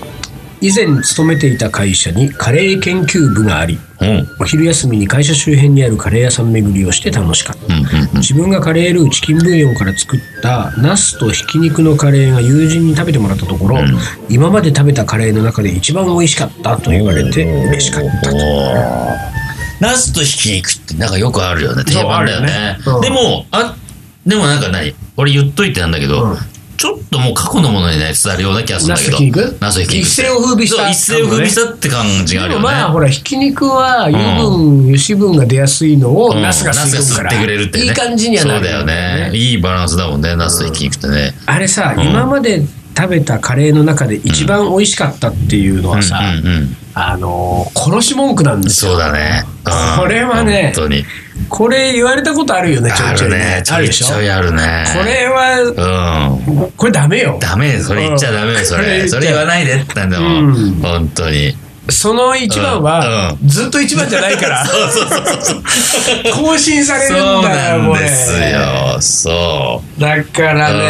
A: 以前勤めていた会社にカレー研究部があり
B: うん。うん
A: お昼休みに会社周辺にあるカレー屋さん巡りをして楽しかった
B: うん
A: 自分がカレールーチキンブイヨンから作ったナスとひき肉のカレーが友人に食べてもらったところ、今まで食べたカレーの中で一番美味しかったと言われて嬉しかったと
B: ナスとひき肉ってなんかよくあるよね。
A: そう
B: 定番だよね。
A: あるよねうん
B: でも、あ、でもなんか何俺言っといてなんだけど、
A: うん
B: ちょっともう過去のものになりつつあるような気がするんだけど。
A: ナスとひき肉
B: ナスとひき肉
A: 一世を風靡した
B: そう一世を風靡したって感じがある
A: で
B: よ
A: も
B: ね。
A: まあほらひき肉は油分、油脂分が出やすいのを
B: うん
A: ナスが吸い込むか
B: ナスが吸ってく
A: ら、
B: れるってね。
A: いい感じにはなる
B: そうだよね。いいバランスだもんね、ナスとひき肉ってね。
A: あれさ、今まで食べたカレーの中で一番美味しかったっていうのはさ、
B: うんうんうん。
A: あのー殺し文句なんですよ
B: そうだね。うん
A: これはね
B: 本当に。
A: これ言われたことあるよねちょ
B: あ
A: いちょ
B: る
A: い
B: ね。ち
A: あ
B: ょ
A: る
B: い
A: でしょ
B: ちょいあるね。
A: これは
B: うん。
A: これダメよ
B: ダメそれ言っちゃダメ
A: う
B: よ
A: ん
B: そ
A: これ言っ
B: れ
A: ちゃ
B: それ言わないでってなんだもん、
A: うん
B: 本当に
A: その一番は、
B: う
A: ずっと一番じゃないから、
B: そうそうそうそう
A: 更新される
B: そ
A: ん
B: う
A: だよ、
B: なん
A: こ
B: で
A: れ。
B: すよそ
A: だからね、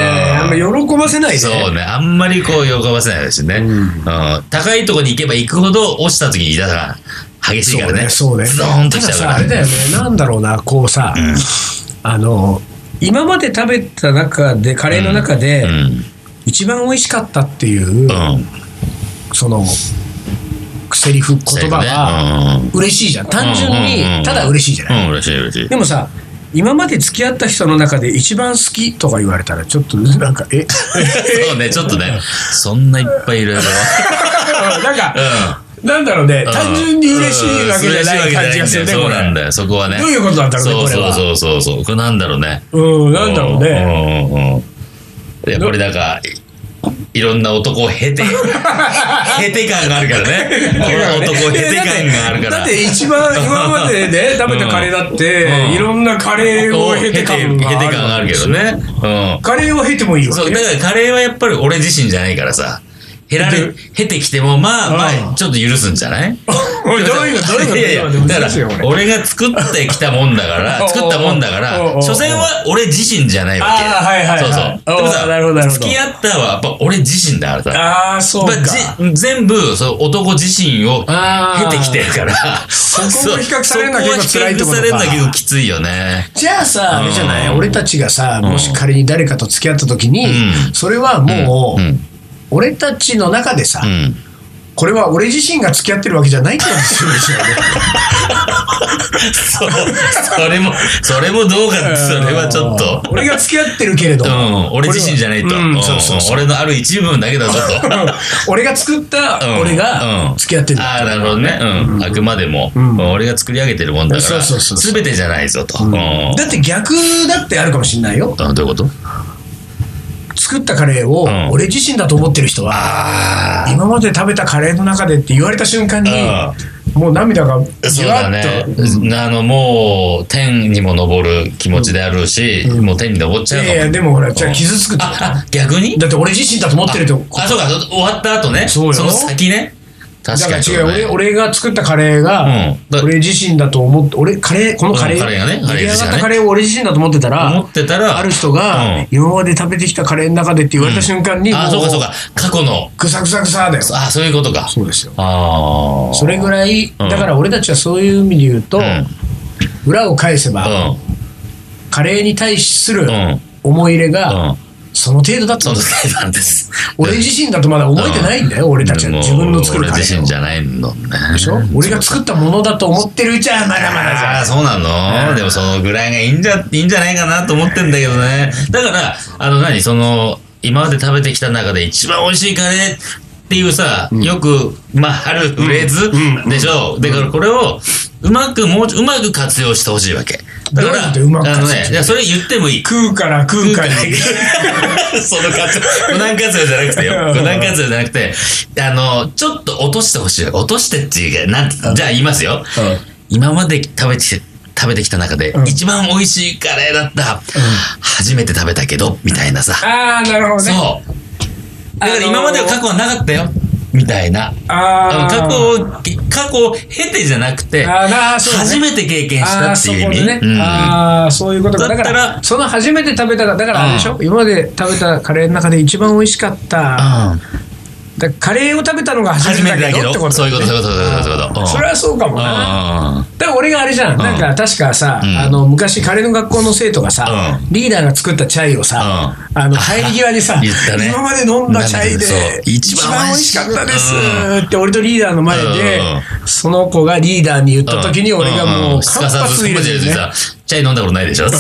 B: う
A: あんま喜ばせないうで。
B: そうねあんまりこう喜ばせないですしね、
A: ん
B: うん高いとこに行けば行くほど落ちた時にだから激しいからね
A: そうね。
B: ズ
A: そ
B: ド
A: う
B: ー
A: ね
B: ンと
A: た
B: き
A: だ
B: ちゃうか
A: さ、あ
B: ら
A: れだよね、なんだろうな、こうさ、あの、今まで食べた中で、カレーの中で、一番美味しかったっていう、
B: うんうん
A: その、セリフ、言葉は、嬉しいじゃん。単純
B: うんうんう
A: に、
B: ん
A: ただ嬉しいじゃ
B: う
A: ない。
B: ん、うん、嬉しい嬉 しい
A: でもさ、今まで付き合った人の中で一番好きとか言われたら、ちょっとなんか、え
B: そうねちょっとねそんないっぱいいるやろ
A: なんか、
B: うん
A: なんだろうね、単純に嬉しいわけじゃない感じがするね、
B: うん
A: こ
B: 嬉しいわけじゃないんだよそうなん
A: れ。
B: だよ、そこはね。
A: どういうことなんだろうね
B: そう
A: これは
B: そうそうそうそう。これなんだろうね。
A: うん、なんだろうね。
B: うんうんうん。やっぱりなんか、いいろんな男 を経て、経て感があるからね。この男を経て感があるから。
A: だって一番今までね食べたカレーだって、
B: うん
A: いろんなカレーを経て感がある
B: 経て感があるけどね。うん。
A: カレーを経てもいいわ
B: そう、
A: け
B: だからカレーはやっぱり俺自身じゃないからさ。減られ、減ってきても、まあま
C: う
B: あ、
C: ん
B: ちょっと許すんじゃない
C: おいどういうことどういうこと
B: いやいや
C: でも
B: だ
C: 難しいよ
B: か
C: こ
B: ら、
C: れ
B: 俺が作ってきたもんだか
C: おうおうお
B: ら、
C: う
B: 作ったもんだから
C: おうおうお、う
B: 所詮は俺自身じゃないわけ。
C: あーはいはいはい
B: そうそう。でも
C: おうなるほどな
B: さ、
C: るほど
B: 付き合ったはやっぱ俺自身だからさ。
C: ああ、そう
B: ま
C: か
B: あ。じ全部、その男自身を
C: あー
B: 経てきてるから。そ
C: こも比較されるのは結構辛いってことか
B: そこは比較されるのは結構きついよね。
A: じゃあさ、あれじゃない、
B: うん
A: 俺たちがさ、もし仮に誰かと付き合った時に、
B: うん
A: それはもう、
B: うん
A: 俺たちの中でさ、
B: うん。
A: これは俺自身が付き合ってるわけじゃないってことです よね。
B: そう。それも、それもどうか、それはちょっと。
A: 俺が付き合ってるけれど
B: う
A: も、
B: ん、俺自身じゃないと。
A: うん
B: うん
A: そうそうそう
B: 俺のある一部分だけだぞ と。
A: 俺が作った
B: うん
A: 俺が付き合ってるんだ
B: ああ、なるほどね。うん。あくまでも、俺が作り上げてるもんだから、
A: そうそうそうそう
B: すべてじゃないぞと。うん。
A: だって逆だってあるかもしれないよ。
B: あどういうこと
A: 作ったカレーを
B: ん
A: 俺自身だと思ってる人は、
B: あ
A: 今まで食べたカレーの中でって言われた瞬間に、もう涙が
B: そ
A: じ
B: う
A: わ
B: だ
A: っ
B: ね
A: と。。
B: あの、もう、天にも昇る気持ちであるし、もう天に昇っち
A: い
B: ゃうか
A: やい
B: も。
A: や、でもほら、じゃあ傷つくってこと
B: あ、あ、逆に
A: だって俺自身だと思ってると。
B: あ、そうか、そ終わった後ね。
A: そうよ
B: の先ね。確
A: だ
B: か
A: から
B: にそう
A: 違
B: だ
A: う、
B: ね。
A: 俺俺が作ったカレーが、
B: うんだ
A: 俺自身だと思って、俺、カレー、このカレー、
B: うんカレーがねカレー
A: 出来
B: 自
A: 上
B: 身
A: がっ
B: がね
A: たカレーを俺自身だと思ってた
B: 思
A: ら、
B: ってたら、
A: ある人が、
B: うん
A: 今まで食べてきたカレーの中でって言われた瞬間に、
B: あ、
A: も
B: そうかそうか、過去の、
A: ぐさぐさぐさだよ。
B: あ、そういうことか。
A: そうですよ。
B: ああ。
A: それぐらい、
B: うん
A: だから俺たちはそういう意味で言うと、
B: う
A: 裏を返せば、
B: ん。
A: カレーに対する
B: うん。うん。
A: 思い入れ
B: う
A: が、
B: ん。
A: その程度だった
B: そ
A: ん
B: の
A: です。
B: 程度なんです。
A: 俺自身だとまだ思えてないんだよ、俺たちは。
B: でも
A: 自分の作るカレ
B: 俺自
A: ーを
B: 身じ。ゃないのね。
A: でしょ俺が作ったものだと思ってるじゃん、まだまだじゃん
B: ああ、そうなの、でもそのぐらいがいいんじゃ、いいんじゃないかなと思ってんだけどね。だから、あの何、その、今まで食べてきた中で一番美味しいカレーっていうさ、よく、まあ、あるフレーズでしょ、だからこれを、うまく、もうちょ、うまく活用してほしいわけ。だか
A: どうや
B: ら、
A: ってうまく
B: あ
A: 活用
B: の
A: する
B: ね、いや、それ言って もいい。
A: 食うから食うから。
B: その活用、無難活用じゃなくてよ。無難活用じゃなくて、あの、ちょっと落としてほしい。落としてっていうか、なんて、じゃあ言いますよ。 今まで食べてきて、食べてきた中で、一番美味しいカレーだった、初めて食べたけど、みたいなさ。
C: ああ、なるほどね。
B: そう。だから今までは過去はなかったよ、みたいな。
C: ああ。
B: 過去を、過去を経てじゃなくて、
C: あーなあ、そうだね
B: 初めて経験した
C: ああ
B: って
C: そ
B: いう
C: こ
B: 意
C: でね
B: 味。うん
C: ああそういうことか
B: だっ
C: だ
B: た
C: かららその初めて食べたかだからあれでしょ
A: 今まで食べたカレーの中で一番美味しかった。
B: うん
A: だからカレーを食べたのが初
B: 初め
A: めて
B: てだ
A: だ
B: け
A: けど
B: ど
A: ってこ、と
B: そういうこと、そういうこと、そういうこと、そういうこと。うん
A: それはそうかもな。
B: あ
A: だから俺があれじゃん。なんか確かさ、
B: うん
A: あの、昔カレーの学校の生徒がさ
B: う、、
A: リーダーが作ったチャイをさ、あの、入り際にさ
B: 言ったね
A: 今まで飲んだチャイで
B: そう、一
A: 一
B: 番
A: 番
B: 美
A: 美
B: 味
A: 味
B: し
A: し
B: か
A: か
B: っ
A: ったた
B: で
A: ですすって、俺とリーダーの前で、その子がリーダーに言った時に俺がもう、
B: す
A: 間
B: かさず
A: 髪入れ
B: て
A: て
B: る
A: ね。
B: さ、チャイ飲んだことないでしょ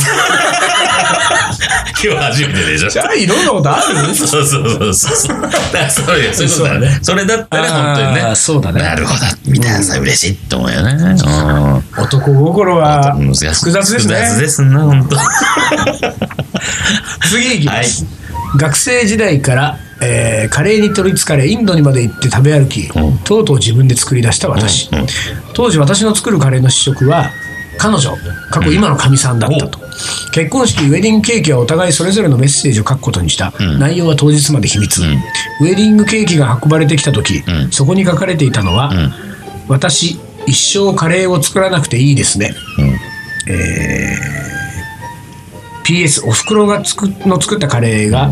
B: 今日初めてでしょ
A: チャイ飲んだことある
B: そうそうそうそう。だからそういうそういうこ
A: そ
B: とだ
A: うだ
B: ね。それだったら本当に
A: あ
B: ね。
A: ーそうだね
B: なるほど。みたいなさ、嬉しいって思うよね。うん
A: 男心は
B: 難しい。
A: 複雑ですね。
B: 複雑ですね、本当。
A: 次いきます、学生時代から、えーカレーに取りつかれインドにまで行って食べ歩き、
B: うん
A: とうとう自分で作り出した私、
B: うんうん
A: 当時私の作るカレーの試食は彼女過去今のかみさんだったと、結婚式ウェディングケーキはお互いそれぞれのメッセージを書くことにした、
B: ん
A: 内容は当日まで秘密、
B: ん
A: ウェディングケーキが運ばれてきた時、
B: うん
A: そこに書かれていたのは「
B: ん
A: 私一生カレーを作らなくていいですね」えー PS おふくろがつくの作ったカレーが、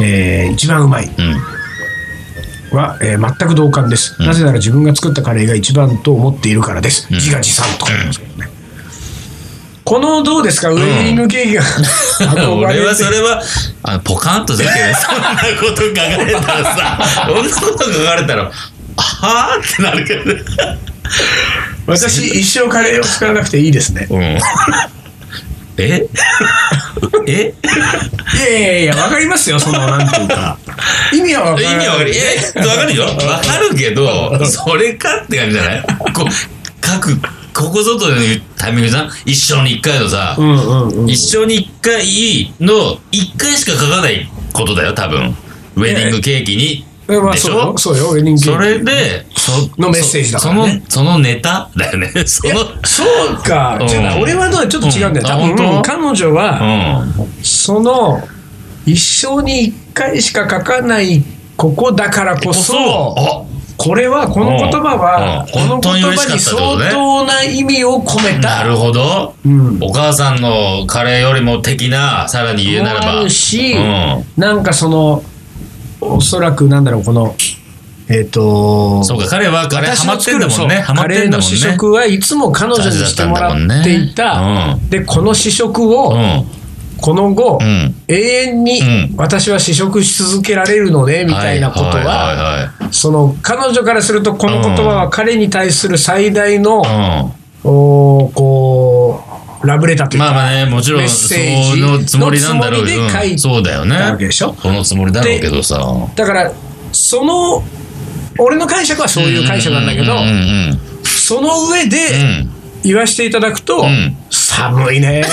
A: えー一番うまい
B: うん。
A: は、えー全く同感です、なぜなら自分が作ったカレーが一番と思っているからです、自画自賛と、このどうですかウェディングケーキ が憧れ
B: 俺
A: て
B: はそれは、あのポカンとするけど、そんなこと書かれたらさ、 そんなこと書かれたら、はぁってなるけどね。
A: 私一生カレーを作らなくていいですね
B: うん。え え
A: いやいやいやわかります よそのなんていうか意味はわか
B: 意
A: らない
B: 味わかる。え、わかるよ。わかるけど、それかって感じじゃないこう、書く、ここぞというタイミングじゃん一生に一回のさ、
A: うんうんうん
B: 一生に一回の、一回しか書かないことだよ、多分。ウェディングケーキに。
A: えまあ
B: でし
A: そう
B: ょ
A: よそうよウェディングケーキ
B: それで、そ
A: のメッセージだからね
B: そその、そのネタだよね。 その、
A: そうか、
B: うん
A: じゃあ俺はどうちょっと違うんだよ、
B: うんあ
A: 多分
B: 本当
A: 彼女は、
B: う
A: その一生に一回しか書かないここだからこそ、これは、この言葉は、
B: うんうん
A: この言葉に相当な意味を込めた
B: なるほど、
A: うん
B: お母さんのカレーよりも的なさらに言うならば
A: もあるし、
B: うん
A: なんかそのおそらくなんだろうこのえっ、と
B: そうか彼はカレーハマってんだもん
A: 私
B: ね
A: の作るそ
B: ハ
A: う
B: マ
A: カ
B: っ
A: レ
B: て
A: ー
B: んだ
A: の
B: もん
A: 試
B: ね
A: 食はいつも彼女にしてもらっていた、
B: うん
A: でこの試食を、
B: う
A: この後、
B: んうん
A: 永遠に
B: うん
A: 私は試食し続けられるので、みたいなことは,、
B: はいはいは
A: その彼女からするとこの言葉は彼に対する最大の、
B: いうん
A: おーこうラブレターという
B: ま
A: か、
B: あまあね、もちろ
A: メ
B: ん、
A: ッ
B: そ
A: セージ
B: のつもりなんだろうけど、
A: のつもりで書い
B: うんそうだよ
A: た
B: ね
A: わけでしょ。
B: そのつもりだろうけどさ。
A: だからその俺の解釈はそういう解釈なんだけど、
B: うんうんうん
A: その上
B: う
A: で
B: ん。
A: 言わしていただくと、
B: ん
A: 寒いね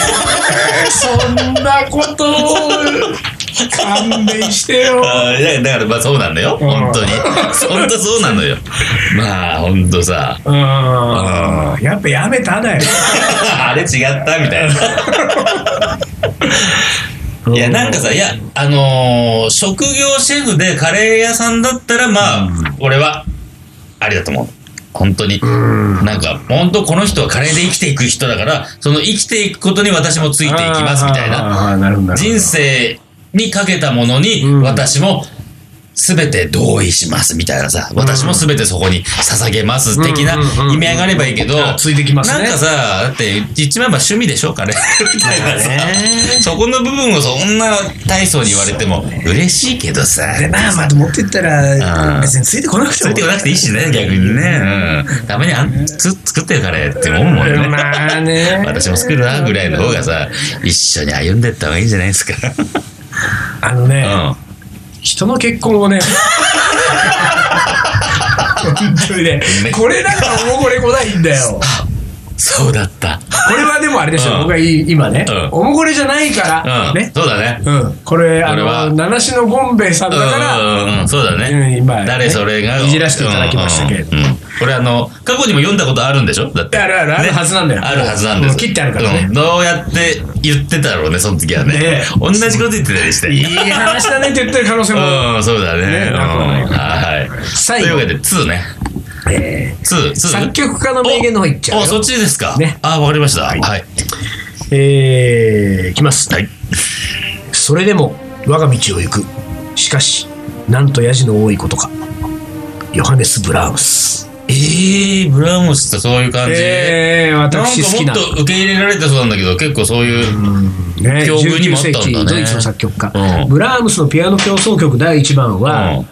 A: そんなことを勘弁してよ
B: あーいやだからまあそうなんだよ、
A: うん
B: 本当に。本当そうなのよ。まあ、本当さ、
A: うんやっぱやめただよ
B: あれ違ったみたいな。いや、なんかさ、いや、あのー職業シェフでカレー屋さんだったら、まあ、俺は、ありだと思う。本当に。なんか、本当この人はカレーで生きていく人だから、その生きていくことに私もついていきますみたいな。
A: あーなるほどなるほど
B: 人生にかけたものに
A: うん
B: 私も全て同意しますみたいなさ、私も全てそこに捧げます的な
A: うんうんうんうん
B: 意味合いがあればいいけど、
A: あついてきますね
B: なんかさ、だって言っちまえば趣味でしょ、彼。みたいなさ
A: まあね
B: そこの部分をそんな大層に言われても嬉しいけどさ。
A: でまあまあ持ってった
B: う
A: ら
B: ん
A: 別についてこなくて
B: つ
A: も
B: いてこなくていいしね、逆にね。うん。ためにあんつ作ってるカレーって思うもんね。
A: まあね
B: 私も作るな、ぐらいの方がさ、一緒に歩んでった方がいいんじゃないですか。
A: あのね、
B: うん。
A: 人の結婚を ね 本当にねこれなんかおもこれこないんだよ
B: そうだった。
A: これはでもあれですよ、
B: うん
A: 僕がい今ね、
B: うん
A: おもこれじゃないから、
B: うん。
A: ね、
B: そうだね。
A: うん、これあ
B: これは
A: の七種のゴンベイさんだから、
B: うんうんうん、そうだ
A: うん
B: ね。
A: 今ね
B: 誰それが。
A: いじらせていただきましたけれど
B: うんうんうんこれあの、過去にも読んだことあるんでしょだって。
A: あるあるあるはずなんだよ
B: あるはずなんで
A: も
B: す。
A: う切ってあるからね
B: うんどうやって言ってたろうね、その時はね
A: ね。
B: 同じこと言ってたりして。
A: いい話だねって言ってる可能性も、
B: うん、そうだね。
A: ね
B: うん
A: なくはないから
B: はい。
A: 最後
B: というわけで、2ね。
A: え
B: 2、2。
A: ー作曲家の名言の方いっちゃ
B: おお
A: う
B: そ
A: よ
B: っちですか。
A: ね
B: あ、わかりました。はい。はい。
A: えー、いきます、それでも我が道を行くしかしなんとやじの多いことかヨハネス・ブラームス
B: えー、ブラームスってそういう感じ。
A: えー、
B: なんか
A: 私好きな
B: もっと受け入れられてそうなんだけど、結構そういう。
A: ね、
B: 境遇
A: 19
B: にもあっ
A: 世
B: たんだね
A: 紀ドイツの作曲家、
B: うん
A: ブラームスのピアノ協奏曲第1番は、
B: うん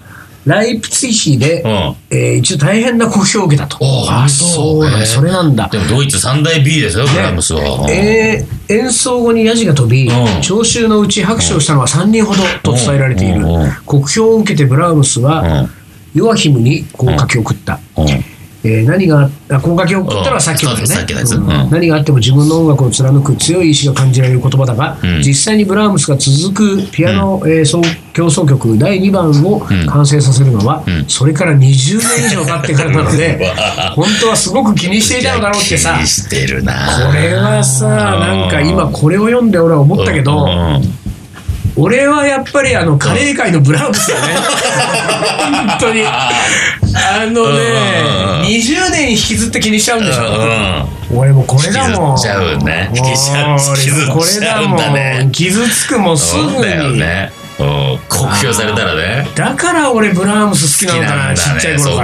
A: ライプツィヒで、
B: うん
A: えー一応大変な好評を受けたと。
B: おう
A: あ
B: 本当
A: そうなんだ、
B: えー
A: それなんだ。
B: でもドイツ三大 B ですよ、ブラームスは。
A: えー演奏後にヤジが飛び、
B: うん
A: 聴衆のうち拍手をしたのは3人ほどと伝えられている
B: うんうん。
A: 酷評を受けてブラームスは、ヨアヒムにこう書き送った。
B: うん。うん
A: えー何があ、こう書き送ったのはさっきの
B: うん
A: ね
B: そうですさっきのやつ
A: うん
B: うん
A: 何があっても自分の音楽を貫く強い意志が感じられる言葉だが、
B: うん
A: 実際にブラームスが続くピアノ、えーそう協奏曲第2番を
B: ん
A: 完成させるのは、
B: ん
A: それから20年以上経ってからなので
B: うわ
A: 本当はすごく気にしていたのだろうってさ
B: 気にしてるな。
A: これはさなんか今これを読んで俺は思ったけど、
B: うん
A: 俺はやっぱりあのカレー界のブラウンスよ ね本当にあの
B: うんうんうん
A: ね20年引きずって気にしちゃうんでしょ
B: う
A: 俺もこれ
B: ん。
A: だ
B: 傷
A: もん
B: っちゃうね。
A: もう
B: 傷っちゃうんだ
A: 俺もこれだもん
B: ね。
A: 傷つくもんすぐ
B: そうだよ
A: に
B: ね。うん酷評されたらね。
A: だから俺ブラームス好きなのかな
B: 好き
A: ち
B: なんだね
A: っちゃい頃か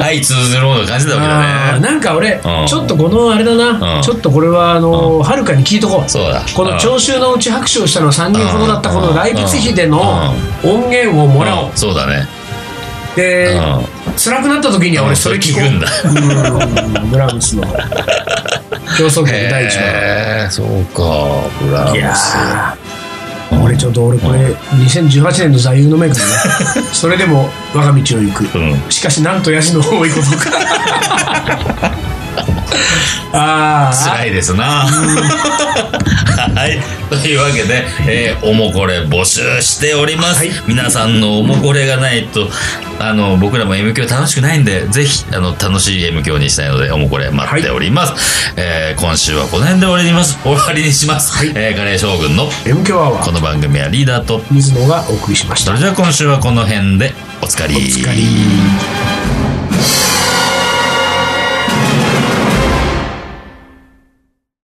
A: ら
B: 愛通ずるものを感じたわけ
A: あ
B: だ
A: ー
B: ね。
A: なんか俺
B: うん
A: ちょっとこのあれだ
B: う
A: なんちょっとこれはあのはるかに聞いとこう
B: そうだ。
A: この聴衆のうち拍手をしたのは3人ほどだったこのライプツィヒでの音源をもらおう
B: うんそうだね。
A: で
B: うん
A: 辛くなった時には
B: うん
A: 俺それ聞
B: そ
A: く
B: れ聞くんだ
A: うんブラームスの競争曲第一番
B: へーそうか、ブラ
A: い
B: ー
A: や
B: ムス。
A: ー俺ちょっと俺これ2018年の座右の銘から ねそれでも我が道を行く
B: うん。
A: しかしなんとヤジの多いことか
C: ああ
B: 辛いですな。はい。というわけで、えーおもこれ募集しております。
C: はい
B: 皆さんのおもこれがないと、あの、僕らも M 教楽しくないんで、ぜひ、あの、楽しい M 教にしたいので、おもこれ待っております。えー今週はこの辺で終わりにします。終わりにします。えーカレー将軍の
C: M 強アワ
B: こ
C: ー
B: の番組はリーダーと、
C: 水野がお送りしまし
B: そ
C: た
B: れじゃあ今週はこの辺で、おつかり。
C: お疲れ